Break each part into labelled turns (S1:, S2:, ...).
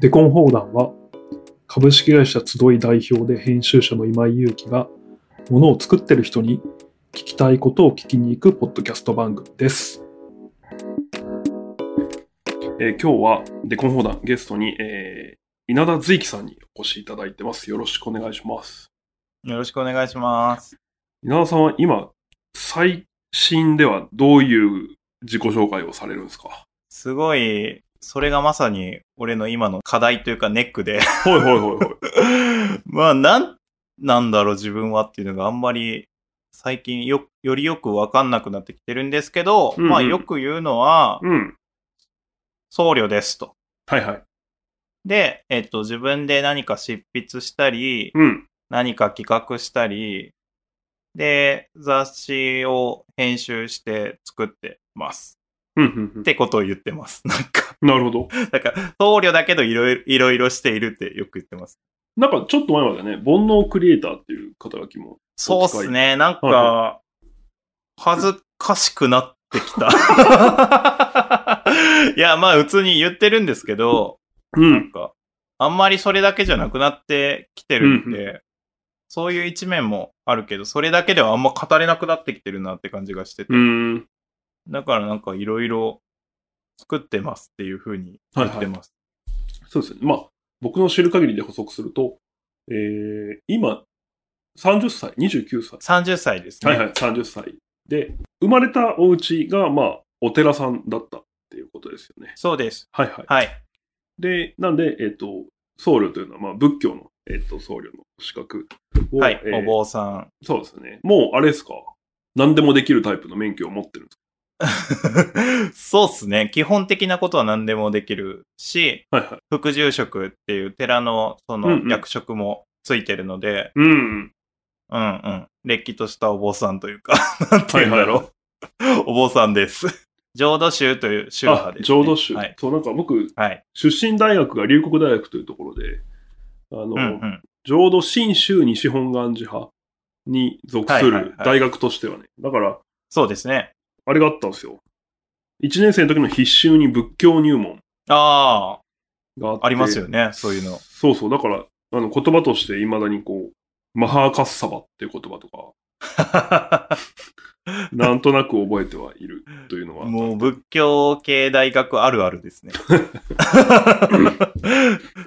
S1: デコン砲弾は株式会社集い代表で編集者の今井祐樹がものを作ってる人に聞きたいことを聞きに行くポッドキャスト番組です。えー今日はデコン砲弾ゲストに、えー稲田随樹さんにお越しいただいてます。よろしくお願いします。
S2: よろしくお願いします。
S1: 稲田さんは今、最新ではどういう自己紹介をされるんですか
S2: すごい、それがまさに俺の今の課題というかネックで、
S1: はいはいはいはい。
S2: まあ、なん、なんだろう自分はっていうのがあんまり最近よ、よりよくわかんなくなってきてるんですけど、
S1: うんうん
S2: まあよく言うのは、
S1: うん。
S2: 僧侶ですと。
S1: はいはい。
S2: で、えっと、自分で何か執筆したり、
S1: うん。
S2: 何か企画したり、で、雑誌を編集して作ってます。
S1: うんうんう
S2: っ
S1: ん。
S2: てことを言ってます。なんか。
S1: なるほど。
S2: なんか、僧侶だけどいろいろ、いろいろしているってよく言ってます。
S1: なんかちょっと前までね、煩悩クリエイターっていう肩書きも。
S2: そうっすね。なん
S1: はい
S2: か、恥ずかしくなってきた。 いや、まあ、普通に言ってるんですけど、
S1: う
S2: なん
S1: ん。
S2: か、あんまりそれだけじゃなくなってきてるんで、そういう一面もあるけど、それだけではあんま語れなくなってきてるなって感じがしてて
S1: う、ーん。
S2: だからなんかいろいろ作ってますっていう風に言ってます。
S1: そうですね。まあ、僕の知る限りで補足すると、えー、今、30歳、29歳。
S2: 30歳ですね。
S1: はいはい、30歳。で、生まれたお家が、まあ、お寺さんだったっていうことですよね。
S2: そうです。
S1: はいはい。
S2: はい。
S1: で、なんで、えっ、と、僧侶というのは、まあ、仏教の、えっ、と、僧侶の資格を、
S2: はい
S1: え。ー
S2: お坊さん。
S1: そうですね。もう、あれですか。何でもできるタイプの免許を持ってるんです
S2: そうっすね。基本的なことは何でもできるし、
S1: かはいはい。
S2: 副住職っていう寺のそ
S1: うんう
S2: の
S1: ん
S2: 役職もついてるので、
S1: うんうん。
S2: うんうん。れっきとしたお坊さんというか、 なんて言うんだろう。お坊さんです。浄土宗という宗
S1: あ
S2: 派です、ね。
S1: 浄土宗、
S2: はい。
S1: そう、なんか僕、
S2: はい。
S1: 出身大学が龍谷大学というところで、あの、
S2: うんうん。
S1: 浄土真宗西本願寺派に属す
S2: はいはい
S1: る
S2: はい
S1: 大学としてはね、だから、
S2: そうですね。
S1: あれがあったんですよ。1年生の時の必修に仏教入門
S2: あ
S1: があって。
S2: あ、ありますよね。そういうの。
S1: そうそう、だから、あの言葉として未だにこう、マハーカッサバっていう言葉と か、なんとなく覚えてはいるというのは。
S2: もう仏教系大学あるあるです ね。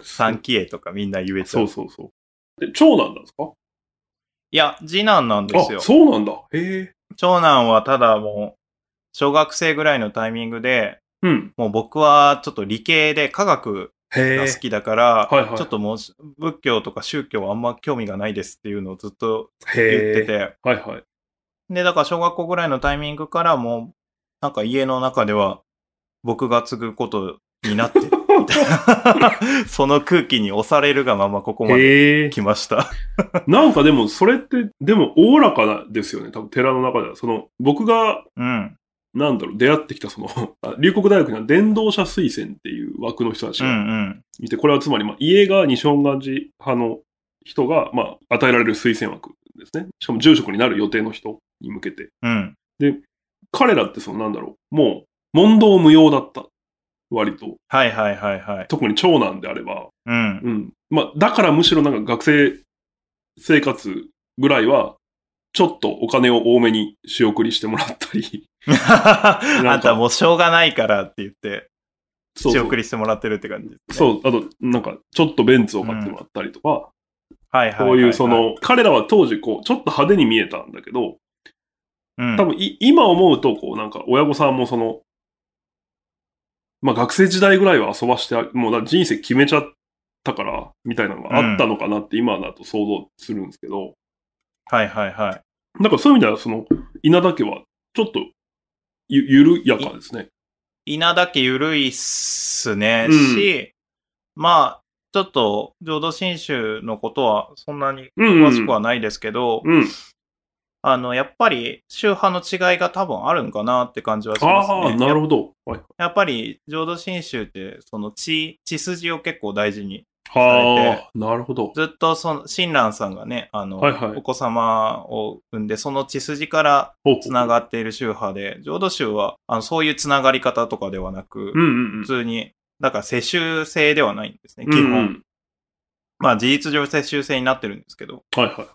S2: 三期絵とかみんな言えちゃ
S1: そうう。そうそう。で、長男なんですか
S2: いや、次男なんですよ
S1: あ、。そうなんだ。へえ。
S2: 長男はただもう、小学生ぐらいのタイミングで、
S1: うん。
S2: もう僕はちょっと理系で科学
S1: へ
S2: が
S1: え。
S2: 好きだから、
S1: はいはい
S2: ちょっともう仏教とか宗教はあんま興味がないですっていうのをずっと言っ
S1: へえ
S2: てて、
S1: はいはい。
S2: で、だから小学校ぐらいのタイミングからもう、なんか家の中では僕が継ぐことになって、 その空気に押されるがままここまで
S1: へえ。
S2: 来ました。
S1: なんかでも、それって、でも、おおらかなですよね。多分、寺の中では。その、僕が、
S2: うん。
S1: なんだろう、出会ってきた、その、 あ龍谷大学には伝道者推薦っていう枠の人たち
S2: うんう
S1: が
S2: ん。
S1: いて、これはつまり、まあ、家が西本願寺派の人が、まあ、与えられる推薦枠ですね。しかも、住職になる予定の人に向けて。
S2: うん。
S1: 彼らって、その、なんだろう、もう、問答無用だった。割と。
S2: はいはいはいはい。
S1: 特に長男であれば、
S2: うん。
S1: うん。まあ、だからむしろなんか学生生活ぐらいは、ちょっとお金を多めに仕送りしてもらった り。か
S2: あんたもうしょうがないからって言って、
S1: そう
S2: 仕
S1: そう
S2: 送りしてもらってるって感じです、ね。
S1: そう、
S2: う。
S1: あと、なんか、ちょっとベンツを買ってもらったりとか、
S2: はいはいは
S1: こ
S2: は
S1: ういうそ、の、彼らは当時こう、ちょっと派手に見えたんだけど、
S2: うん、
S1: 多分い、今思うと、こう、なんか、親御さんもその、まあ、学生時代ぐらいは遊ばしてあ、もうだから人生決めちゃったから、みたいなのがあったのかなって今だと想像するんですけど、
S2: はいはいはい。
S1: なんかそういう意味では、その、稲田家は、ちょっとゆ、ゆるやかですね。
S2: 稲田家ゆるいっすね、
S1: うん
S2: し、まあ、ちょっと浄土真宗のことはそんなに
S1: うんうん、
S2: 詳しくはないですけど、
S1: うん。
S2: あの、やっぱり宗派の違いが多分あるんかなって感じはしますね。
S1: ああ、なる
S2: や
S1: ほど。はい。
S2: やっぱり浄土真宗って、その血、血筋を結構大事に
S1: はあ、なるほど。
S2: ずっとその、親鸞さんがね、あの、
S1: はいはい
S2: お子様を産んで、その血筋からつながっている宗派で、浄土宗はあのそういうつながり方とかではなく、
S1: うんうんうん
S2: 普。通にだから世襲制ではないんですね、基
S1: うん
S2: 本。
S1: うん。
S2: まあ事実上世襲制になってるんですけど、
S1: はいはいはい。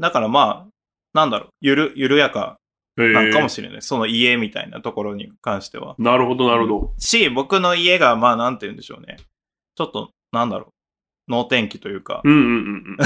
S2: だからまあ、なんだろう、ゆる、緩やか
S1: えー
S2: なんかもしれない。その家みたいなところに関しては。
S1: なるほど、なるほど。
S2: し、僕の家が、まあ、なんて言うんでしょうね。ちょっと、なんだろう。能天気という か
S1: う、んうんうんうん。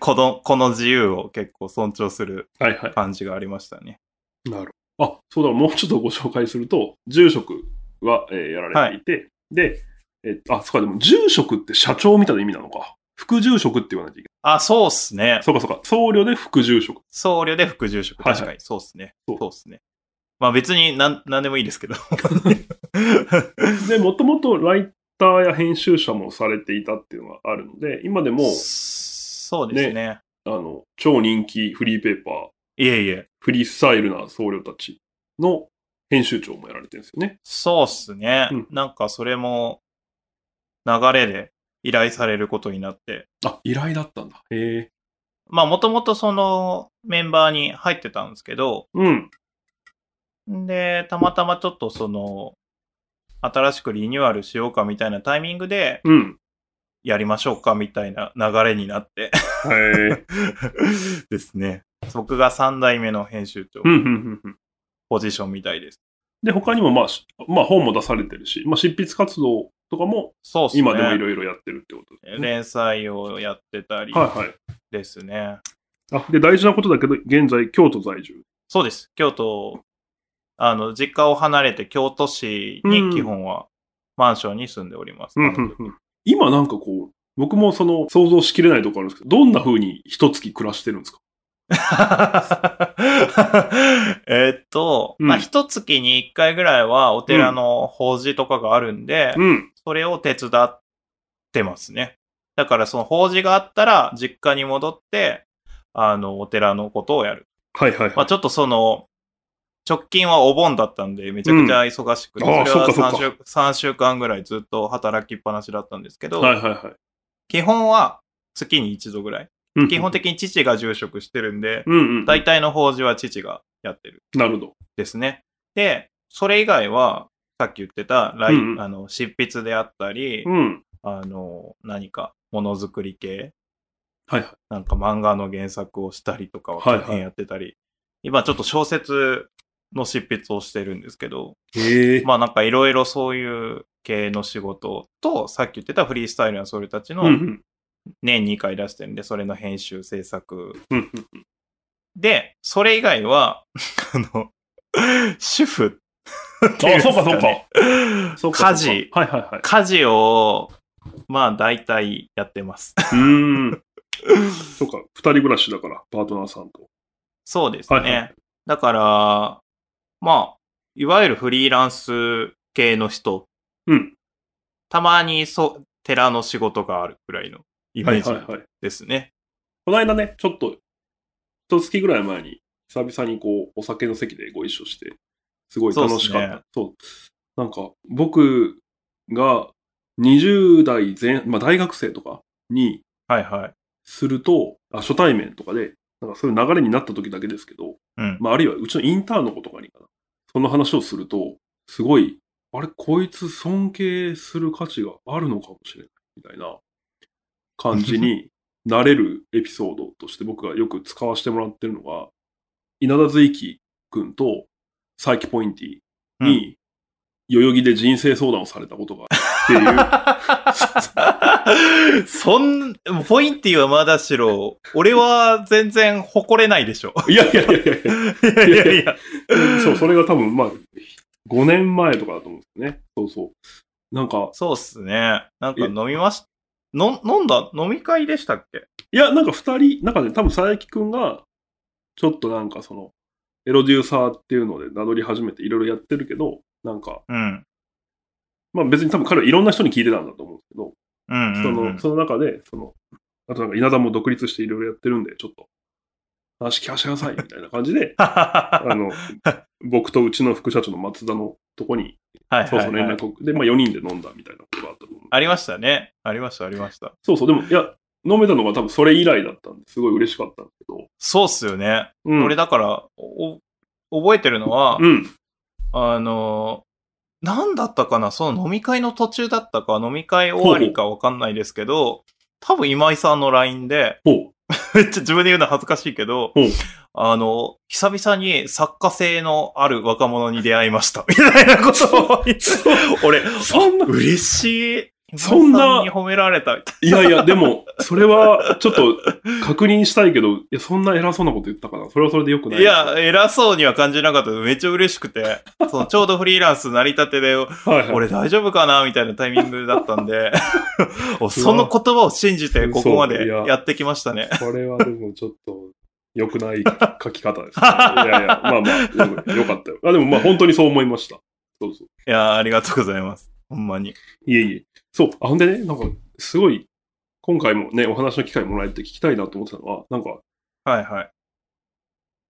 S2: この、この自由を結構尊重する
S1: はいは
S2: 感じがありましたね。
S1: い。なるほど。あ、そうだ、もうちょっとご紹介すると、住職は、えーやられていて、で、えっと、あ、そうか、でも住職って社長みたいな意味なのか。副住職って言わないといけ
S2: あ、そうっすね
S1: ない。。そうかそうか、僧侶で副住職。
S2: 僧侶で副住職。
S1: はいはい
S2: 確かに、そうっすね。
S1: そう
S2: そうっすね。まあ別になん、なんでもいいですけど。
S1: で、もともとライターや編集者もされていたっていうのがあるので、今で も、
S2: そうですね。
S1: あの、超人気フリーペーパー、
S2: いえいえ。
S1: フリースタイルな僧侶たちの編集長もやられてるんですよね。
S2: そうっすね。
S1: うん
S2: なんかそれも、流れで依頼されることになって。
S1: あ、依頼だったんだ。へえ。
S2: まあもともとそのメンバーに入ってたんですけど、
S1: うん。
S2: んで、たまたまちょっとその、新しくリニューアルしようかみたいなタイミングで、
S1: うん。
S2: やりましょうかみたいな流れになって。
S1: へえ。
S2: ですね。僕が3代目の編集長
S1: うん、うん、うんうん。
S2: ポジションみたいです。
S1: で、他にも、まあ、しまあ、本も出されてるし、まあ、執筆活動とかも、
S2: そうっすね。
S1: 今でもいろいろやってるってことですね。
S2: 連載をやってたり
S1: はいはい。
S2: ですね。
S1: あ、で、大事なことだけど、現在、京都在住。
S2: そうです。京都、あの、実家を離れて京都市
S1: うん
S2: に基本はマンションに住んでおります。
S1: うんうんうん今なんかこう、僕もその想像しきれないところあるんですけど、どんな風に一月暮らしてるんですか
S2: えっと、
S1: うん
S2: まあ、一月に一回ぐらいはお寺の法事とかがあるんで、
S1: うん。
S2: それを手伝ってますね。だからその法事があったら実家に戻って、あの、お寺のことをやる。
S1: はいはいはい。
S2: まあ、ちょっとその、直近はお盆だったんで、めちゃくちゃ忙しくて、
S1: うんああ
S2: それは
S1: そっか
S2: 3
S1: そ
S2: 週 ,3 週間ぐらいずっと働きっぱなしだったんですけど、
S1: はいはいはい
S2: 基本は月に一度ぐらい。
S1: うん。
S2: 基本的に父が住職してるんで、
S1: うんうん。
S2: 大体の法事は父がやってる
S1: なるほど。
S2: ですね。で、それ以外は、さっき言ってた、ライ
S1: うんうん
S2: あの執筆であったり、
S1: うん。
S2: あの、何かものづくり系、
S1: はいはい。
S2: なんか漫画の原作をしたりとかは
S1: はいはい
S2: 大変やってたり、今ちょっと小説の執筆をしてるんですけど、
S1: へえ。
S2: まあなんかいろいろそういう系の仕事と、さっき言ってたフリースタイルなそれたちの
S1: うんうん
S2: 年2回出してるんで、それの編集、制作。
S1: うんうん。
S2: で、それ以外は、 あの、主婦ってい
S1: あ、
S2: んです
S1: そうか
S2: ね
S1: そうか。そうかそうか
S2: 家事、
S1: はいはい はい。
S2: 家事を、まあ大体やってます。
S1: うーん。そうか、二人暮らしだから、パートナーさんと。
S2: そうですね。
S1: はいはい
S2: だから、まあ、いわゆるフリーランス系の人、
S1: うん。
S2: たまにそ寺の仕事があるくらいのイメ
S1: はい
S2: ー
S1: はい
S2: ジ
S1: はい。
S2: ですね。
S1: この間ね、ちょっと、一月ぐらい前に、久々にこう、お酒の席でご一緒して、すごい楽しかった。そう,、なんか、僕が20代前、まあ大学生とかに
S2: はいはい。
S1: すると、あ初対面とかで、なんかそういう流れになった時だけですけど、
S2: うん。
S1: まあ、あるいはうちのインターンの子とかにかな。その話をすると、すごい、あれ、こいつ尊敬する価値があるのかもしれない、みたいな感じになれるエピソードとして僕がよく使わせてもらってるのが、稲田随樹くんと佐伯ポインティに、代々木で人生相談をされたことがある
S2: そん、ポインティはまだしろ、俺は全然誇れないでしょ。
S1: っていう。いやいやいやいやいや
S2: いやいやいや。
S1: そう、それが多分、まあ、5年前とかだと思うんですよね。そうそう。なんか、
S2: そうっすね。なんか飲みまし、の飲んだ飲み会でしたっけ
S1: いや、なんか二人、なんかね、多分佐伯くんが、ちょっとなんかその、エロデューサーっていうので名乗り始めていろいろやってるけど、なんか、
S2: うん。
S1: まあ別に多分彼はいろんな人に聞いてたんだと思うんですけど、
S2: うんうん、うん。、
S1: その、その中で、その、あとなんか稲田も独立していろいろやってるんで、ちょっと、話聞かせてください、みたいな感じで
S2: は
S1: あの、僕とうちの副社長の松田のとこに、
S2: いはい
S1: そうそう連
S2: はい
S1: 絡を、で、まあ4人で飲んだみたいなことがあったと思う。
S2: ありましたね。ありました、ありました。
S1: そうそう、でも、いや、飲めたのが多分それ以来だったんですごい嬉しかったんですけど、
S2: そうっすよね。
S1: うん。
S2: 俺だから、お覚えてるのは、
S1: うん。
S2: あの、なんだったかなその飲み会の途中だったか、飲み会終わりかわかんないですけど、多分今井さんの LINE で、
S1: ほう。
S2: めっちゃ自分で言うの恥ずかしいけど
S1: ほう、
S2: あの、久々に作家性のある若者に出会いました、 みたいなことを言って、俺、
S1: そんな、
S2: 嬉しい。
S1: そんな
S2: 今井さに褒められたみたい
S1: いやいや、でも、それは、ちょっと、確認したいけど、いや、そんな偉そうなこと言ったかな。それはそれでよくな
S2: な。
S1: い。
S2: い、や、偉そうには感じなかったけどめっちゃ嬉しくて、 そのちょうどフリーランス成り立てで、
S1: はいはい、
S2: 俺大丈夫かなみたいなタイミングだったん で、 おその言葉を信じてここまでやってきましたね。
S1: これはでもちょっと、良くない書き方 です、ね。いやいや、まあまあ、よかったよ。あでもまあ本当にそう思いました。そうそう。
S2: いやーありがとうございます。ほんまに。
S1: いえいえ。そう、あ、ほんでね、なんか、すごい、今回もね、お話の機会もらえて聞きたいなと思ってたのは、なんか、
S2: はいは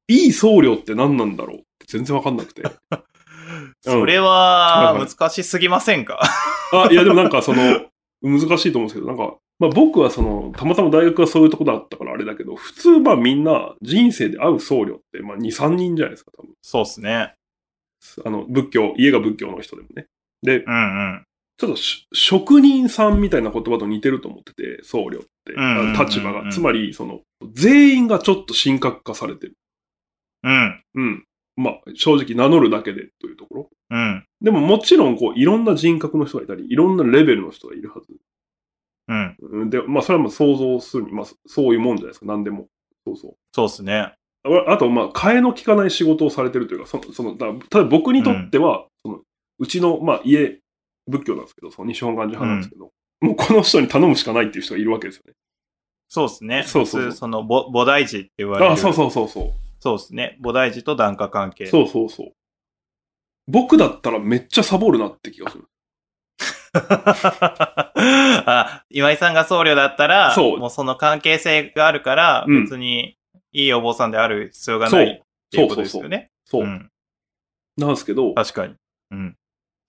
S2: い。
S1: いい僧侶って何なんだろうって全然わかんなくて。
S2: それ
S1: はいは
S2: はい難しすぎませんか
S1: あ、いやでもなんかその、難しいと思うんですけど、なんか、まあ僕はその、たまたま大学がそういうとこだったからあれだけど、普通まあみんな人生で会う僧侶って、まあ2、3人じゃないですか、多分。
S2: そうっすね。
S1: あの、仏教、家が仏教の人でもね。で、
S2: うんうん。
S1: ちょっとし職人さんみたいな言葉と似てると思ってて、僧侶って、
S2: うんうんうんうん
S1: 立場が。つまり、その、全員がちょっと神格化されてる。
S2: うん。
S1: うん。まあ、正直名乗るだけでというところ。
S2: うん。
S1: でももちろん、こう、いろんな人格の人がいたり、いろんなレベルの人がいるはず。
S2: うん。
S1: うんで、まあ、それはまあ想像するに、まあ、そういうもんじゃないですか、何でも。そうそう。
S2: そうっすね。
S1: ああと、まあ、替えの利かない仕事をされてるというか、その、その、だただ僕にとっては、うそのうちの、まあ、家、仏教なんですけど、その西本願寺派なんですけど、もうこの人に頼むしかないっていう人がいるわけですよね。
S2: そうっすね。
S1: そうそうそう
S2: 普通その、ぼ菩提寺って言われる。
S1: ああ、そうそうそうそう。
S2: そうっすね。菩提寺と檀家関係。
S1: そうそうそう。僕だったらめっちゃサボるなって気がする。
S2: あ今井さんが僧侶だったら、
S1: そう
S2: もうその関係性があるから、
S1: うん
S2: 別にいいお坊さんである必要がないっていうことですよね。
S1: そう。
S2: うん
S1: なんですけど、
S2: 確かに。うん。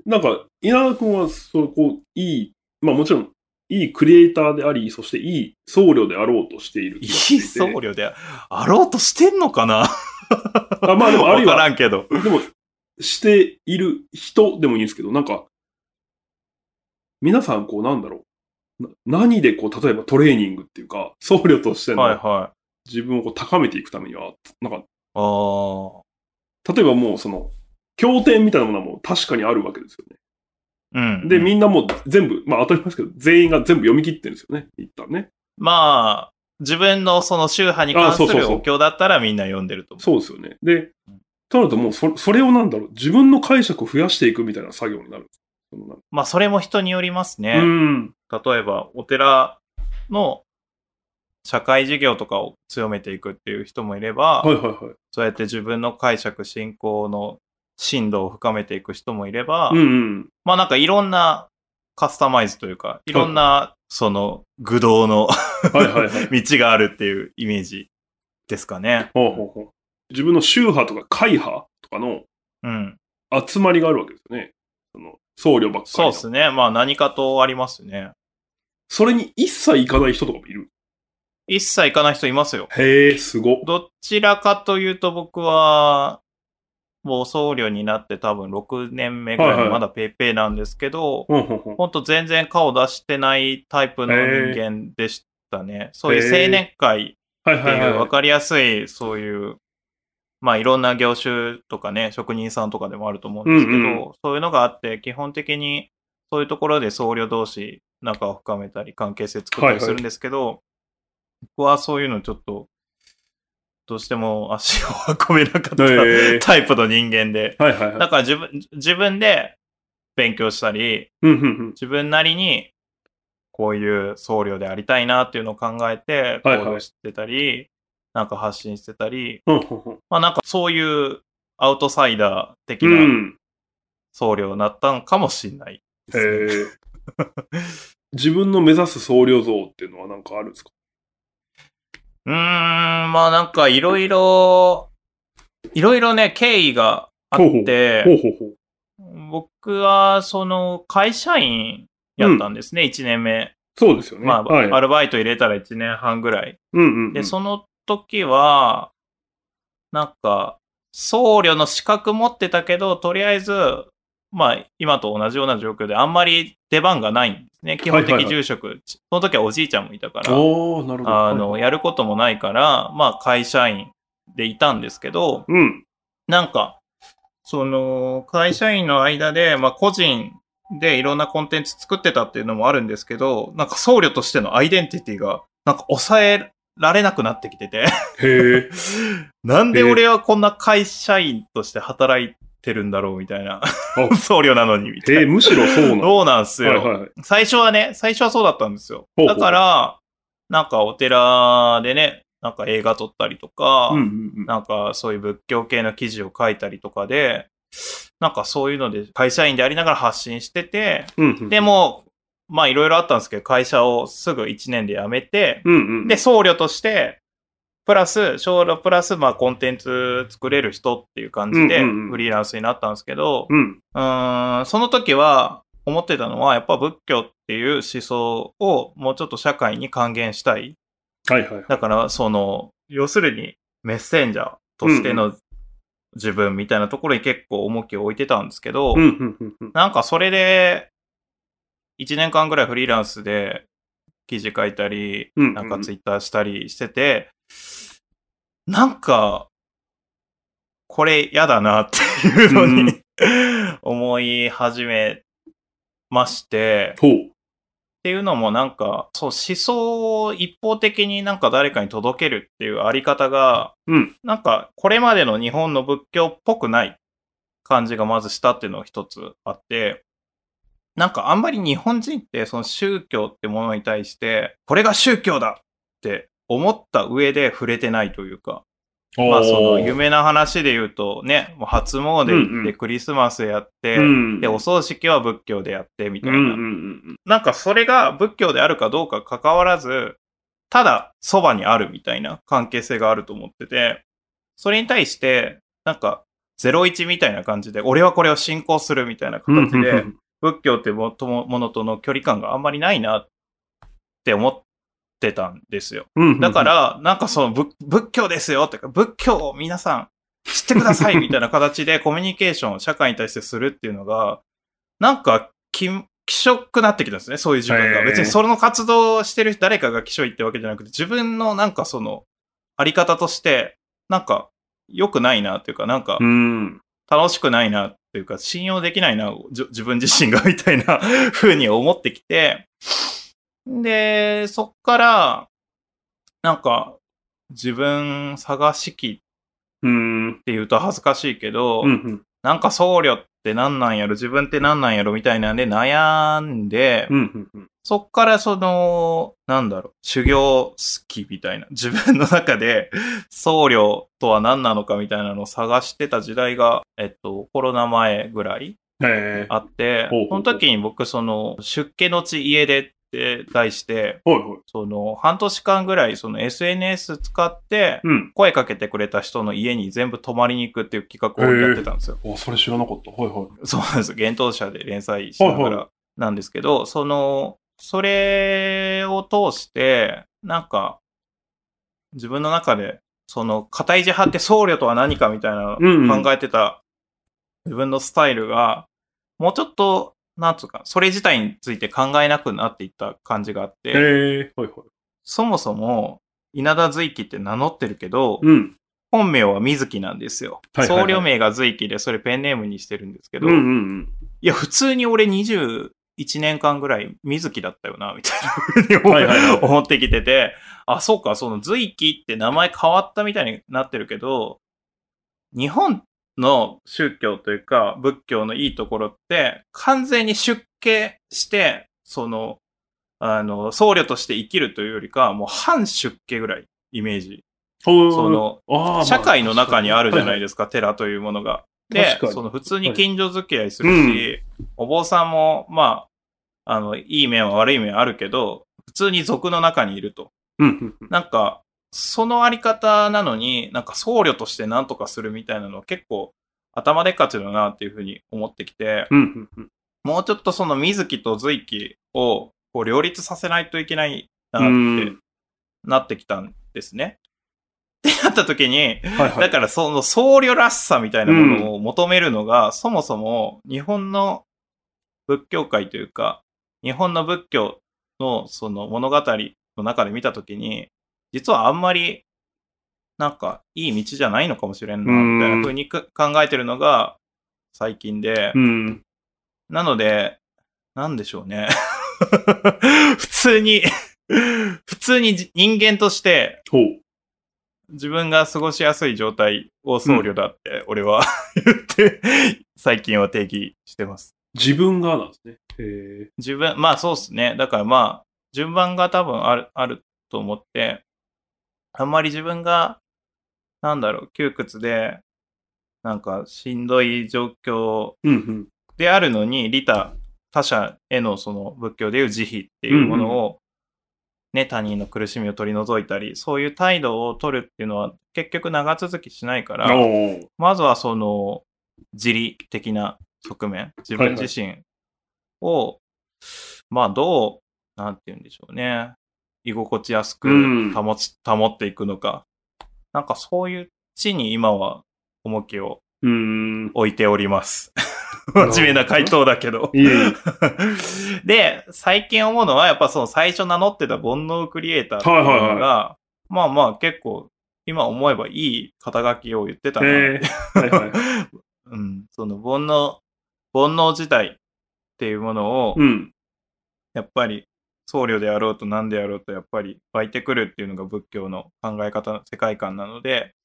S1: なんか、稲田君は、そう、こう、いい、まあもちろん、いいクリエイターであり、そしていい僧侶であろうとしている
S2: い
S1: 気
S2: い
S1: がしていて。
S2: 僧侶であろうとしてんのかな
S1: あまあでも、あるい
S2: わか
S1: は、
S2: らんけど。
S1: でも、している人でもいいんですけど、なんか、皆さん、こう、なんだろう。な何で、こう、例えばトレーニングっていうか、僧侶として
S2: はい
S1: の
S2: はい。
S1: 自分をこう高めていくためには、なんか、
S2: ああ。
S1: 例えばもう、その、経典みたいなものはもう確かにあるわけですよね。
S2: うん。
S1: で、みんなもう全部、まあ当たり前ですけど、全員が全部読み切ってるんですよね。一旦ね。
S2: まあ、自分のその宗派に関す
S1: あそうそう
S2: る
S1: そう
S2: お経だったらみんな読んでると思う。
S1: そうですよね。で、となるともうそ、それをなんだろう、自分の解釈を増やしていくみたいな作業になる。そのなん
S2: まあ、それも人によりますね。
S1: うん。
S2: 例えばお寺の社会事業とかを強めていくっていう人もいれば、
S1: はいはいはい。
S2: そうやって自分の解釈信仰の深度を深めていく人もいれば、
S1: うんうん。
S2: まあなんかいろんなカスタマイズというかいろんなその愚道の
S1: はいは いはい。
S2: 道があるっていうイメージですかね。
S1: ほうほうほう自分の宗派とか会派とかの
S2: うん、
S1: 集まりがあるわけですよね。その僧侶ばっかりの
S2: そうですね。まあ何かとありますね。
S1: それに一切行かない人とかもいる。
S2: 一切行かない人いますよ。
S1: へえ、すご。
S2: どちらかというと僕は、もう僧侶になって多分6年目ぐらい
S1: はいは
S2: で
S1: い
S2: まだペーペーなんですけ
S1: ほ
S2: ど、
S1: うほうほう
S2: ほんと全然顔出してないタイプの人間でしたね。そういう青年会
S1: はい
S2: って
S1: はい
S2: いう
S1: は
S2: 分
S1: い。
S2: かりやすい、そういう、まあいろんな業種とかね、職人さんとかでもあると思うんですけど、
S1: うん
S2: そういうのがあって、基本的にそういうところで僧侶同士仲を深めたり、関係性作ったりするんですけど、僕はそういうのちょっと、どうしても足を運べなかった、
S1: へー
S2: タイプの人間で。
S1: はいはいは
S2: だ
S1: い。
S2: から自分、自分で勉強したり、
S1: うんうんうん。
S2: 自分なりにこういう僧侶でありたいなっていうのを考えて
S1: はいは
S2: 行
S1: い
S2: 動してたり、なんか発信してたり、
S1: ほうほうほう
S2: まあなんかそういうアウトサイダー的
S1: う。
S2: なん僧侶になったのかもしれない
S1: へ
S2: ですね、
S1: え。自分の目指す僧侶像っていうのはなんかあるんですか
S2: うーん、まあなんかいろいろ、いろいろね、経緯があって、
S1: ほうほうほう。
S2: 僕はその会社員やったんですね、1年目。
S1: そうですよね。
S2: まあ、
S1: はい、
S2: アルバイト入れたら1年半ぐらい
S1: うんうんうん。
S2: で、その時は、なんか、僧侶の資格持ってたけど、とりあえず、まあ、今と同じような状況で、あんまり出番がないんですね。基本
S1: はい
S2: 的
S1: はい
S2: 住職、その時はおじいちゃんもいたから、
S1: おー、なるほど。
S2: あの、やることもないから、まあ、会社員でいたんですけど、
S1: うん。
S2: なんか、その、会社員の間で、まあ、個人でいろんなコンテンツ作ってたっていうのもあるんですけど、なんか僧侶としてのアイデンティティが、なんか抑えられなくなってきて
S1: へ
S2: て、
S1: え。
S2: なんで俺はこんな会社員として働いてるんだろうみたいな
S1: あ。
S2: 僧侶なのにみた
S1: へえ、
S2: いな。
S1: むしろそうなの。
S2: どうなんすよ、
S1: はいはい。
S2: 最初はね、最初はそうだったんですよ。
S1: ほうほう
S2: だから、なんかお寺でね、なんか映画撮ったりとか、
S1: うんうん
S2: なんかそういう仏教系の記事を書いたりとかで、なんかそういうので会社員でありながら発信してて、
S1: うん。うんうん
S2: で、も、まあいろいろあったんですけど、会社をすぐ1年で辞めて、
S1: うんうん。
S2: で、僧侶として、プラス、僧侶プラス、まあコンテンツ作れる人っていう感じで、
S1: うんうんうん
S2: フリーランスになったんですけど、
S1: うん。
S2: うーん、その時は思ってたのは、やっぱ仏教っていう思想をもうちょっと社会に還元したい。
S1: はいはいはい。
S2: だから、その、要するにメッセンジャーとしての自分みたいなところに結構重きを置いてたんですけど、
S1: うんうんうんうん。
S2: なんかそれで、1年間ぐらいフリーランスで記事書いたり、
S1: うんうんうん
S2: なんかツイッターしたりしてて、なんか、これ嫌だなっていうのに、
S1: う
S2: 思い始めまして、っ
S1: ほう。
S2: ていうのもなんか、そう、思想を一方的になんか誰かに届けるっていうあり方が、
S1: うん
S2: なんか、これまでの日本の仏教っぽくない感じがまずしたっていうのが一つあって、なんかあんまり日本人ってその宗教ってものに対して、これが宗教だって思った上で触れてないというか、まあその有名な話で言うとね、もう初詣
S1: う
S2: 行っ
S1: んう
S2: て
S1: ん
S2: クリスマスやって、
S1: うん
S2: で、お葬式は仏教でやってみ
S1: う
S2: たい
S1: ん
S2: な。
S1: うんうん
S2: なんかそれが仏教であるかどうか関わらず、ただそばにあるみたいな関係性があると思ってて、それに対して、なんか01みたいな感じで、俺はこれを信仰するみたいな
S1: うん。
S2: 形で、
S1: うんうんうん
S2: 仏教ってもともものとの距離感があんまりないなって思ってたんですよ。
S1: うんうん。
S2: だから、なんかその仏仏教ですよとか、仏教を皆さん知ってくださいみたいな形 でコミュニケーションを社会に対してするっていうのが、なんかき、気色くなってきたんですね、そういう自分
S1: へ
S2: が。
S1: ー
S2: 別にその活動をしてる誰かが気色いってわけじゃなくて、自分のなんかその、あり方として、なんか、良くないなっていうか、なんか
S1: う、ん。
S2: 楽しくないなっていうか、信用できないな、じ自分自身がみたいな 風に思ってきて、で、そっから、なんか、自分探し機
S1: うん。うん
S2: って言うと恥ずかしいけど、
S1: うん。
S2: なんか僧侶って何なんやろ、自分って何なんやろみたいなんで悩んで、
S1: うんうんうん。
S2: そっからその、なんだろう、修行好きみたいな、自分の中で僧侶とは何なのかみたいなのを探してた時代が、えっと、コロナ前ぐらい
S1: ええ。
S2: あって
S1: ほうほう、ほ
S2: そうの時に僕、その、出家のち家でって題して、
S1: ほいほい。
S2: その、半年間ぐらい、その SNS 使って、
S1: うん。
S2: 声かけてくれた人の家に全部泊まりに行くっていう企画をやってたんですよ。
S1: あ、それ知らなかった。はいはい。
S2: そうなんです。幻冬舎で連載しなが
S1: はいは
S2: らなんですけど、その、それを通して、なんか、自分の中で、その、片意地派って僧侶とは何かみたいな
S1: うんう
S2: の
S1: ん
S2: を考えてた自分のスタイルが、もうちょっと、なんつうか、それ自体について考えなくなっていった感じがあって、
S1: ええ。はいはい。
S2: そもそも、稲田随輝って名乗ってるけど、
S1: うん。
S2: 本名は水木なんですよ。
S1: はいはいはい
S2: 僧侶名が随輝で、それペンネームにしてるんですけ
S1: う
S2: ど、
S1: んうん
S2: いや、普通に俺21年間ぐらい水木だったよな、みたいなふうに思う
S1: はいはいはい
S2: 思ってきてて、あ、そうか、その随木って名前変わったみたいになってるけど、日本の宗教というか仏教のいいところって、完全に出家して、その、あの、僧侶として生きるというよりかは、もう反出家ぐらい、イメージ。
S1: うん。
S2: その、
S1: の
S2: 社会の中にあるじゃない
S1: で
S2: ですか、寺というものが。
S1: 確
S2: で
S1: かに、
S2: その普通に近所付き合いするし、お坊さんも、まあ、あの、いい面は悪い面はあるけど、普通に族の中にいると。
S1: すか。うんうん
S2: なんか、そのあり方なのに、なんか僧侶として何とかするみたいなのは結構頭でっかちだなっていうふうに思ってきて、
S1: うん。うんうん
S2: もうちょっとその水木と随木をこう両立させないといけないなっ
S1: う
S2: て
S1: ん。うん。
S2: なってきたんですね。ってなった時に、
S1: はいは
S2: だ
S1: い。
S2: からその僧侶らしさみたいなものを求めるのが、そもそも日本の仏教界というか、日本の仏教のその物語の中で見たときに、実はあんまり、なんかいい道じゃないのかもしれんな、みたいな風にく考えてるのが最近で、
S1: うん。
S2: なので、なんでしょうね。 普通に、 普通にじ人間として、
S1: ほう。
S2: 自分が過ごしやすい状態を僧侶だって、俺は言って、最近は定義してます。
S1: 自分がなんですね。へ
S2: 自分、まあそうっすね。だからまあ、順番が多分ある、あると思って、あんまり自分が、なんだろう、窮屈で、なんかしんどい状況
S1: え。うん
S2: であるのに、利他、他者へのその仏教でいう慈悲っていうものを、ね、他人の苦しみを取り除いたり、そういう態度を取るっていうのは結局長続きしないか
S1: うん。
S2: ら、
S1: おー
S2: まずはその自利的な側面、自分自身を、まあどう、なんて言うんでしょうね、居心地やすく
S1: うん
S2: 保つ、保っていくのか、なんかそういう地に今は重きを
S1: うーん。
S2: 置いております。
S1: なるほど
S2: 真面目な回答だけど。
S1: いえいえ
S2: で、最近思うのは、やっぱその最初名乗ってた煩悩クリエイターっていうのが、
S1: はいはい
S2: まあまあ結構、今思えばいい肩書きを言ってたな
S1: へえ。はいはい。
S2: うん、その煩悩、煩悩自体っていうものを、
S1: うん。
S2: やっぱり僧侶であろうと何であろうとやっぱり湧いてくるっていうのが仏教の考え方、世界観なので、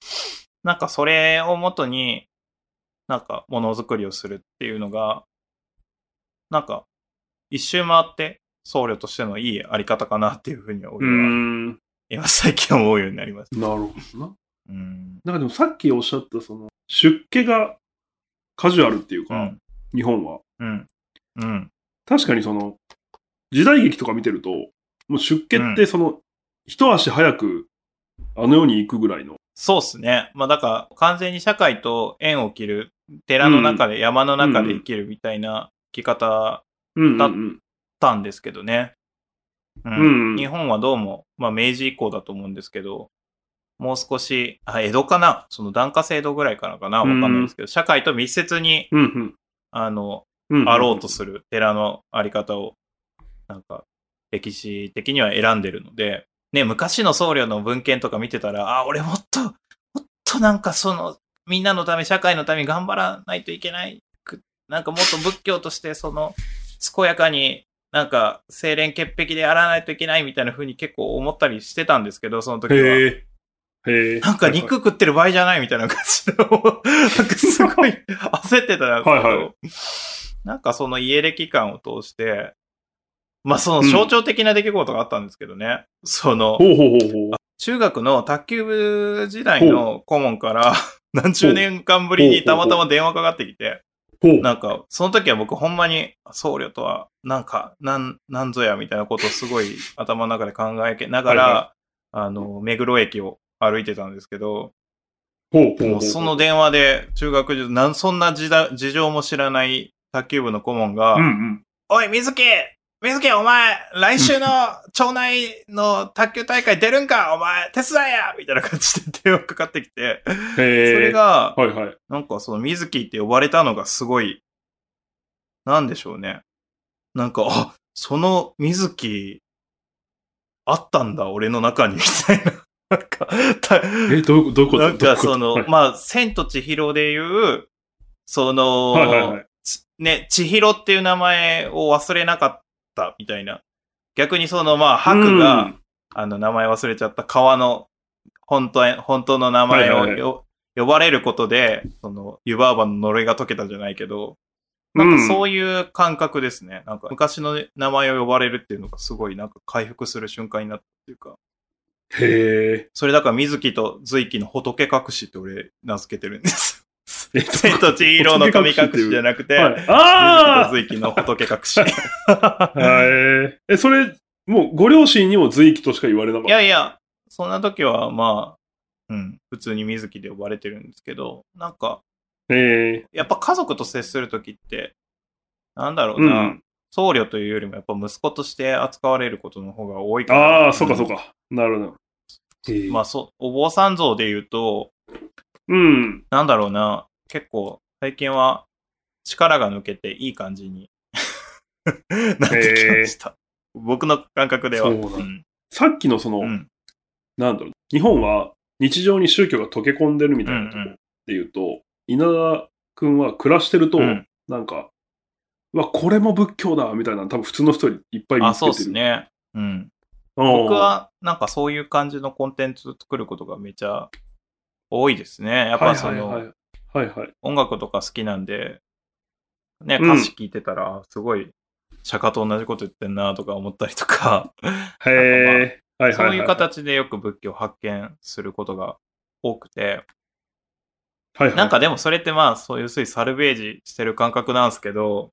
S2: なんかそれをもとに、なんかものづくりをするっていうのが、なんか一周回って僧侶としてのいいあり方かなっていうふうに
S1: うー
S2: 俺は
S1: ん。な
S2: 今最近思うようになります。
S1: るほどな。
S2: うん。
S1: なんかでもさっきおっしゃった、その、出家がカジュアルっていう
S2: う
S1: か、
S2: ん。
S1: 日本は。
S2: うん。うん。
S1: 確かにその、時代劇とか見てると、もう出家ってその、一足早く、あの世に行くぐらいの。
S2: そうっすね。まあだから完全に社会と縁を切る、寺の中で、山の中で生きるみたいな生き方
S1: うん、う
S2: だ
S1: ん。
S2: たんですけどね。うん
S1: うん
S2: 日本はどうも、まあ明治以降だと思うんですけど、もう少し、あ、江戸かなその檀家制度ぐらいからかなわかんないですけど、社会と密接に、
S1: うん、うん。
S2: あの、
S1: うん、
S2: あろうとする寺のあり方を、なんか、歴史的には選んでるので、ね、昔の僧侶の文献とか見てたら、あ、俺もっと、もっとなんかその、みんなのため、社会のために頑張らないといけないく。なんかもっと仏教として、その、健やかに、なんか、清廉潔癖でやらないといけないみたいな風に結構思ったりしてたんですけど、その時は。
S1: へえ。へえ。
S2: なんか肉食ってる場合じゃないみたいな感じで、もうなんかすごい焦ってたんですけど、
S1: はいは
S2: なんかその家歴感を通して、まあその象徴的な出来事があったんですけどね、その
S1: ほ、うほうほうほう。
S2: 中学の卓球部時代の顧問から、 何十年間ぶりにたまたま電話かかってきて、
S1: ほう。
S2: なんか、その時は僕ほんまに僧侶とは、なんか、なん、なんぞやみたいなことをすごい頭の中で考えながら、
S1: はい
S2: あの、目黒駅を歩いてたんですけど、
S1: ほうほうほう
S2: もうその電話で中学時なん、そんな時代事情も知らない卓球部の顧問が、
S1: うんうん。
S2: おい、水木水木お前、来週の町内の卓球大会出るんかお前、手伝えやみたいな感じで電話かかってきて、
S1: へ
S2: そ
S1: え。
S2: れ、が、
S1: はいはい。
S2: なんかその水木って呼ばれたのがすごい、なんでしょうね。なんか、あ、その水木、あったんだ、俺の中に、みたいな。なんか、た
S1: え、どういうどういうこと
S2: なんかその、
S1: どういうこ
S2: まあ、千と千尋でいう、その、
S1: とはいはいはい。
S2: ちね、千尋っていう名前を忘れなかった、みたいな。逆にその、まあ、白が、
S1: うん、
S2: あの、名前忘れちゃった川の本当へ、本当の名前をよ、
S1: はいはい
S2: 呼ばれることで、その、湯婆婆の呪いが解けたじゃないけど、なんかそういう感覚ですね。なんか昔の名前を呼ばれるっていうのがすごいなんか回復する瞬間になったっていうか、
S1: うん。へえ。
S2: それだから水木と随木の仏隠しって俺名付けてる んです。
S1: え
S2: 千と千尋の神隠しじゃなくて、
S1: はい、
S2: 水木と
S1: あ
S2: 随木の仏隠し。
S1: あ へえ。え、それ、もうご両親にも随記としか言われなかっ
S2: い
S1: た。
S2: やいや、そんな時はまあ、うん、普通に水木で呼ばれてるんですけど、なんか、
S1: へえ。
S2: やっぱ家族と接する時って、なんだろう
S1: う
S2: な、
S1: ん。
S2: 僧侶というよりもやっぱ息子として扱われることの方が多いから。
S1: ああ、そうかそうか。なるほど。
S2: まあ、そ、お坊さん像で言うと、
S1: うん。
S2: なんだろうな、結構、最近は力が抜けていい感じに なってきました。僕の感覚では。
S1: そうなんだ
S2: ん
S1: さっきのその、
S2: うん。
S1: なんだろう、日本は日常に宗教が溶け込んでるみたいなところで言うと、稲田くんは暮らしてると、
S2: うん
S1: なんか、うわ、これも仏教だみたいな、多分普通の人にいっぱい見
S2: あ、
S1: つ
S2: そう
S1: け
S2: で
S1: て
S2: す
S1: る。
S2: ね。うん。
S1: うん
S2: 僕、は、なんかそういう感じのコンテンツ作ることがめちゃ多いですね。やっぱそ
S1: はい
S2: の、
S1: はいはい、はいはい。
S2: 音楽とか好きなんで、ね、
S1: うん
S2: 歌詞聞いてたら、あすごい、釈迦と同じこと言ってんなとか思ったりとか、
S1: へえ、はいは
S2: そ
S1: いは
S2: う
S1: い。
S2: いう。形でよく仏教を発見することが多くて、
S1: はいはい、
S2: なんかでもそれってまあ、そういうついサルベージしてる感覚なんですけど、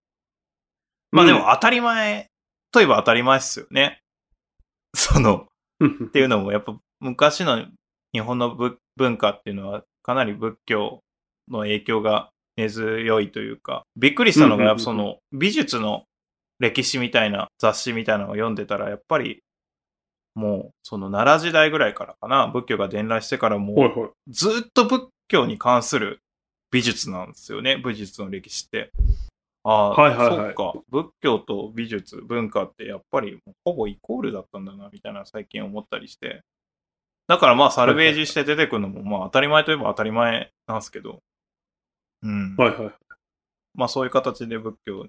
S2: まあでも当たり前といえば当たり前っすよね。 その、
S1: うん、
S2: っていうのも、やっぱ昔の日本のぶ文化っていうのは、かなり仏教の影響が根強いというか、びっくりしたのが、
S1: うんうん
S2: や
S1: うん
S2: っ
S1: うん
S2: ぱその美術の歴史みたいな雑誌みたいなのを読んでたら、やっぱりもうその奈良時代ぐらいからかな、仏教が伝来してからもう
S1: はいはい。
S2: ずーっと仏教に関する美術なんですよね、武術の歴史って。ああー、
S1: はいはいはい
S2: そうか。仏教と美術、文化ってやっぱりほぼイコールだったんだな、みたいな最近思ったりして。だからまあ、サルベージして出てくるのも、まあ当たり前といえば当たり前なんですけど。うん。
S1: はいはい。
S2: まあそういう形で仏教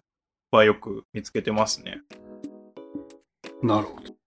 S2: はよく見つけてますね。
S1: なるほど。